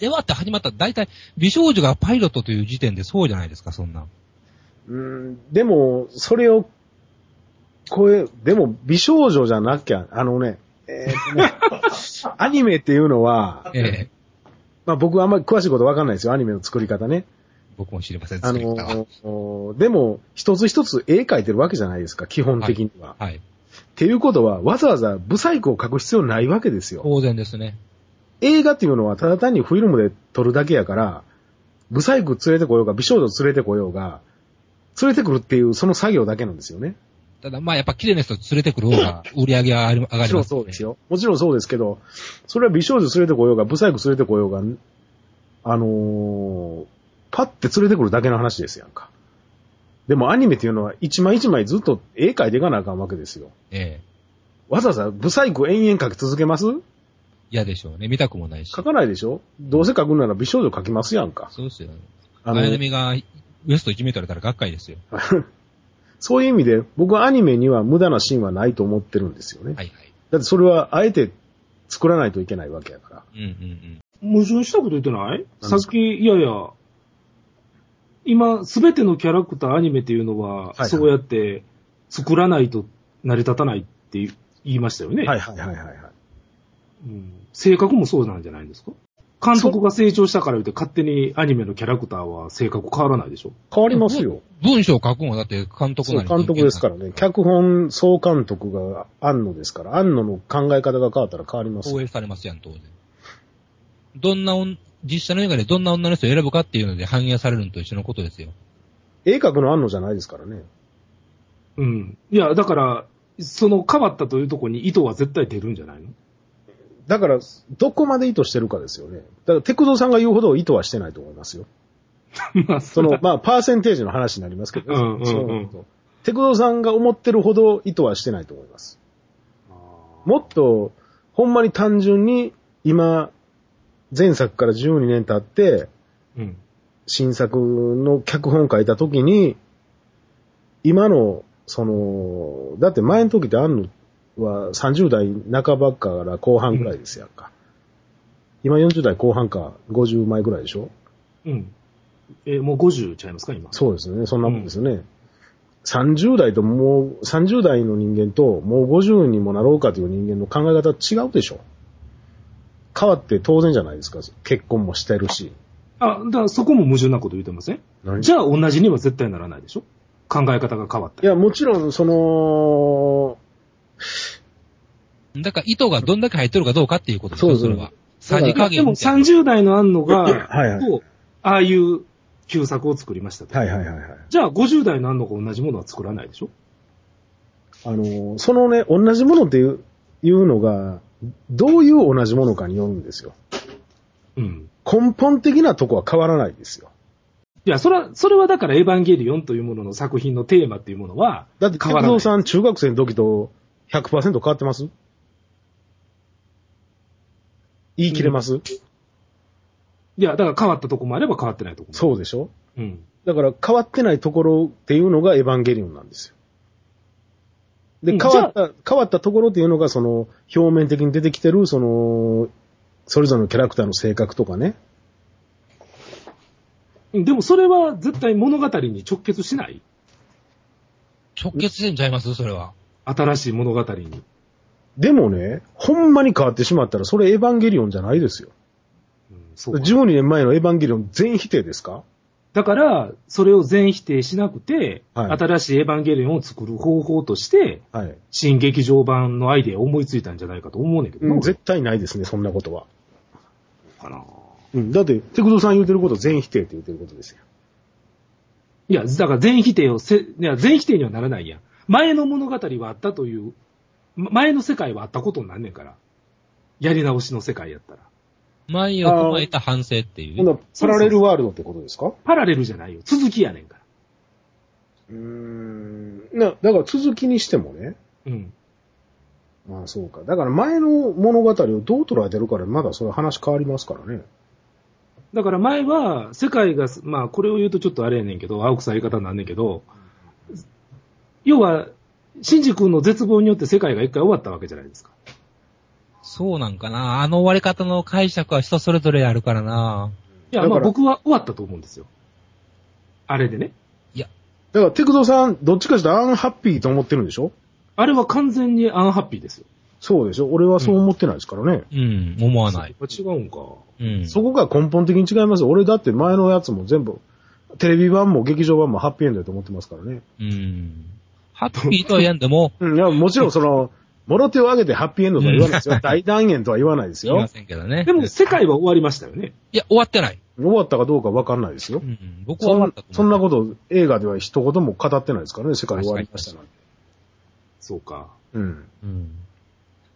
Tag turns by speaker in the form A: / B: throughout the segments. A: エヴァって始まったら大体美少女がパイロットという時点でそうじゃないですか、そんな。
B: うん、でも、それを、こえ、でも、美少女じゃなきゃ、あのね、えーっとねアニメっていうのは、
A: ええ
B: まあ僕はあんまり詳しいことわかんないですよ、アニメの作り方ね。
A: 僕も知りません、
B: あ
A: 作り方は
B: の、おでも、一つ一つ絵描いてるわけじゃないですか、基本的には。
A: はい。
B: っていうことは、わざわざブサイクを描く必要ないわけですよ。
A: 当然ですね。
B: 映画っていうのはただ単にフィルムで撮るだけやから、ブサイク連れてこようが、美少女連れてこようが、連れてくるっていうその作業だけなんですよね。
A: ただ、まあ、やっぱ綺麗な人連れてくる方 が売り上げは上がります、ね。
B: もちろんそうですよ。もちろんそうですけど、それは美少女連れてこようが、ブサイク連れてこようが、あのーパッて連れてくるだけの話ですやんか。でもアニメっていうのは一枚一枚ずっと絵描いていかなあかんわけですよ。
A: ええ。
B: わざわざブサイクを延々描き続けます
A: 嫌でしょうね。見たくもないし。
B: 描かないでしょどうせ描くなら美少女描きますやんか。
A: そうですよ。
B: あ
A: 綾
B: の、
A: 波がウエストいじめたらたらがっかりですよ。
B: そういう意味で僕はアニメには無駄なシーンはないと思ってるんですよね。
A: はいはい。
B: だってそれはあえて作らないといけないわけやから。
A: うんうん
C: 矛盾したこと言ってない
B: か
C: さっき、いやいや、今、すべてのキャラクターアニメっていうのは、
B: はいはい
C: そうやって作らないと成り立たないって言いましたよね。
B: はいはいはいはいはい。
C: うん性格もそうなんじゃないんですか監督が成長したから言って勝手にアニメのキャラクターは性格変わらないでしょ
B: 変わりますよ。
A: うん。文章書くのはだって監督
B: そ
A: な
B: う、
A: り
B: 監督ですからね。
A: キャ
B: 脚本総監督が安野ですから、安野の考え方が変わったら変わります
A: 放
B: よ。
A: 映されますやん、当然。どんな女、実写の映画でどんな女の人を選ぶかっていうので反映されるのと一緒のことですよ。
B: 絵描くの安野じゃないですからね。
C: うん。いや、だから、その変わったというところに意図は絶対出るんじゃないの
B: だから、どこまで意図してるかですよね。だから、テクゾさんが言うほど意図はしてないと思いますよ。
C: まあ、そ
B: そ
C: の、
B: の、まあ、パーセンテージの話になりますけど、
C: うんうんうん
B: そうなるとテクゾさんが思ってるほど意図はしてないと思います。もっと、ほんまに単純に、今、前作から12年経って、
C: うん。
B: 新作の脚本書いた時に、今の、その、だって前の時ってあんのは30代半ばから後半ぐらいですやんか。今40代後半か50前ぐらいでしょ
C: うん。えーもう50ちゃいますか、今。
B: そうですね。そんなもんですよね。30代ともう、30代の人間ともう50にもなろうかという人間の考え方違うでしょ変わって当然じゃないですか。結婚もしてるし。
C: あ、だからそこも矛盾なこと言ってませんじゃあ同じには絶対ならないでしょ考え方が変わった
B: いや、もちろん、その、
A: だから糸がどんだけ入ってるかどうかっていうことですよ、
B: そうそ
A: れ
B: う
A: は。さじ
B: だか
A: 加
C: で
A: 減
C: も
A: みたいな。
C: 30代の安野が、
B: はいはい
C: こうああいう旧作を作りましたと。
B: はいはいはいはい。
C: じゃあ50代の安野が同じものは作らないでしょ
B: あの、そのね、同じものっていういうのが、どういう同じものかによるんですよ。
C: うん。
B: 根本的なとこは変わらないですよ。
C: いや、それは、それはだからエヴァンゲリオンというものの作品のテーマっていうものは、
B: だって、
C: 変
B: 鉄
C: わらない
B: 道さん中学生の時と100%変わってます言い切れます、
C: いや、だから変わったとこもあれば変わってないとこも。
B: そうでしょ
C: う。うん。
B: だから変わってないところっていうのがエヴァンゲリオンなんですよ。
C: う
B: で、
C: ん
B: 変わった、変わったところっていうのが、その、表面的に出てきてる、その、それぞれのキャラクターの性格とかね。
C: でもそれは絶対物語に直結しない
A: 直結してんちゃいますそれは。
C: 新しい物語に。
B: でもね、ほんまに変わってしまったら、それエヴァンゲリオンじゃないですよ。
C: うん、そうか
B: 12年前のエヴァンゲリオン全否定ですか
C: だから、それを全否定しなくて、
B: はい
C: 新しいエヴァンゲリオンを作る方法として、
B: はい。
C: 新劇場版のアイデアを思いついたんじゃないかと思うねんけどな、
B: うん、
C: 俺
B: 絶対ないですね、そんなことは。
C: かな。
B: うん、だって、テクゾさん言うてること全否定って言うてることですよ。
C: いや、だから全否定をせ、いや、全否定にはならないやん。前の物語はあったという、ま前の世界はあったことになんねんから。やり直しの世界やったら。
A: 前を踏まえた反省ってい
B: ほん
A: う。
B: ならパラレルワールドってことですか
C: パラレルじゃないよ。続きやねんから。
B: うーん。な、だから続きにしてもね。
C: うん。
B: まあそうか。だから前の物語をどう捉えてるかで、まだそれ話変わりますからね。
C: だから前は、世界が、まあこれを言うとちょっとあれやねんけど、青臭い言い方になんねんけど、要は、シンジ君の絶望によって世界が一回終わったわけじゃないですか。
A: そうなんかな。あの終わり方の解釈は人それぞれあるからな。
C: いや、
B: だか
C: まあ
B: ら
C: 僕は終わったと思うんですよ。あれでね。
B: だから、テクゾさん、どっちかしてアンハッピーと思ってるんでしょ
C: あれは完全にアンハッピーですよ。
B: そうでしょ俺はそう思ってないですからね。
A: うん、思わない。
C: そこは違うんか。
A: うん。
B: そこが根本的に違いますよ。俺だって前のやつも全部、テレビ版も劇場版もハッピーエンドだと思ってますからね。
A: うん。ハッピーとは言んでも、
B: うん、いや、もちろんその、 もろ手を挙げてハッピーエンドとは言わないですよ。大断言とは言わないです
A: 言いま
B: よ。
A: せんけどね。
C: でも世界は終わりましたよね。
A: いや、終わってない。
B: 終わったかどうかわかんないですよ
A: う。ん、僕は
B: そ
A: 終わっ
B: ん
A: たと
B: そ
A: 思
B: ん
A: う。
B: なこと映画では一言も語ってないですからね、世界終わりましたなんて。
C: そうか。
B: うん。
A: うん。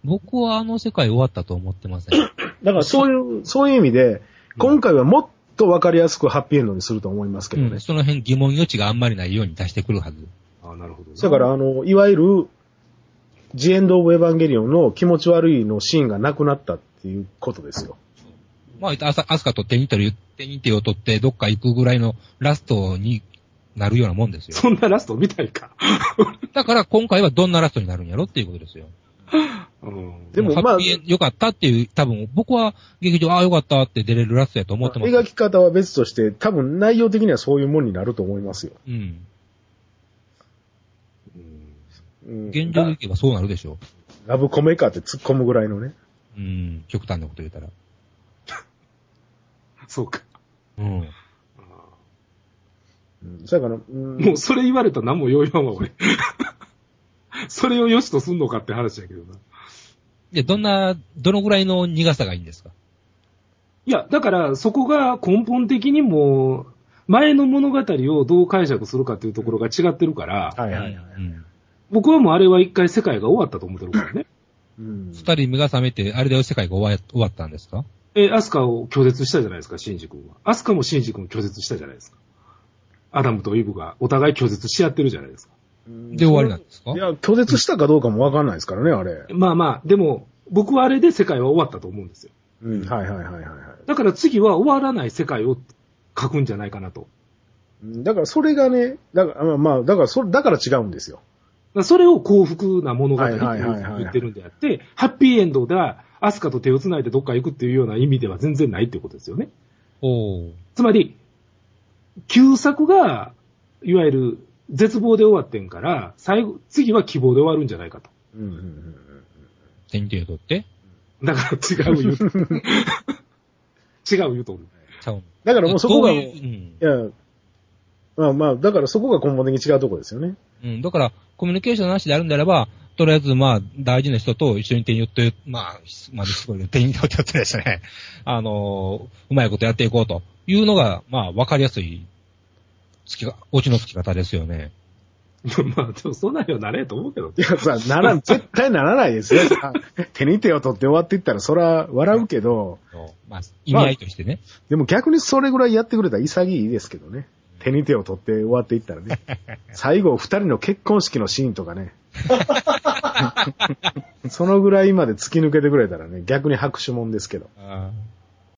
A: 僕はあの世界終わったと思ってません。
B: だからそういう、そういう意味で、今回はもっとわかりやすくハッピーエンドにすると思いますけ
A: う
B: どね。
A: ん、その辺疑問余地があんまりないように出してくるはず。
C: ああ、なるほどな。
B: だから、あの、いわゆる、ジエンド・オブ・エヴァンゲリオンの気持ち悪いのシーンがなくなったっていうことですよ。
A: まあ、アスアスカと手に取り、手に手を取ってどっか行くぐらいのラストになるようなもんですよ。
C: そんなラスト見たいか。
A: だから今回はどんなラストになるんやろっていうことですよ。
C: うん。
B: でも
A: ハ
B: まあ
A: ッピーエンド良かったっていう、多分僕は劇場、ああ良かったって出れるラストやと思ってます。
B: 描き方は別として、多分内容的にはそういうもんになると思いますよ。
A: うん。
C: うん
B: うん
A: 現状で
B: ラ
A: いけばそうなるでしょ
B: ラブコメかって突っ込むぐらいのね。
A: う。うん、極端なこと言うたら。
C: そうか。
A: うん。
B: うん、だから、うん
C: もうそれ言われたら何も用意はんわ、俺。 それを良しとすんのかって話だけどな。
A: で、どんな、どのぐらいの苦さがいいんですか
C: いや、だからそこが根本的にもう、前の物語をどう解釈するかっていうところが違ってるから、
B: はいはいはい。
A: うん。
C: 僕はもうあれは一回世界が終わったと思ってるからね。
B: う
A: 二
B: ん
A: 人目が覚めて、あれだよ世界が終わ終わったんですか
C: え、アスカを拒絶したじゃないですか、シンジ君は。アスカもシンジ君を拒絶したじゃないですか。アダムとイブがお互い拒絶し合ってるじゃないですか。
A: で終わりなんですか
B: いや、拒絶したかどうかもわかんないですからね、あれ。
C: まあまあ、でも、僕はあれで世界は終わったと思うんですよ。
B: うん、はいはいはいはいはい。
C: だから次は終わらない世界を書くんじゃないかなと。
B: うんだからそれがね、だから、まあまあ、だからそれ、だから違うんですよ。
C: だからそれを幸福な物語って
B: はいはいはいはい
C: 言ってるんであって、ハッピーエンドだ、アスカと手を繋いでどっか行くっていうような意味では全然ないってことですよね。
A: おー。
C: つまり、旧作が、いわゆる絶望で終わってんから、最後、次は希望で終わるんじゃないかと。
B: うんうんうん
A: 手に手を取って
C: だから違う言うと。 違う言うとる。
A: ちゃうの。
B: だからもうそこが、
A: どう
B: い
A: いう
B: や、まあまあ、だからそこが根本的に違うとこですよね。
A: うん。うん。だから、コミュニケーションなしであるんであれば、とりあえず、まあ、大事な人と一緒に手に寄って、まあ、すまあ、すごいね、手に取ってやってですね。 あのー、うまいことやっていこうというのが、まあ、わかりやすい、つきが、落ちのつき方ですよね。
C: まあ、でもそんなにはなれんと思うけど
B: い。やさ、な ら、絶対ならない ですよ。さ手に手を取って終わっていったら、そら笑うけど、
A: まあ、意味合いとしてね。
B: でも逆にそれぐらいやってくれたら潔いですけどね。手に手を取って終わっていったらね。最後、二人の結婚式のシーンとか ね。そのぐらいまで突き抜けてくれたらね、逆に拍手もんですけど。
A: あー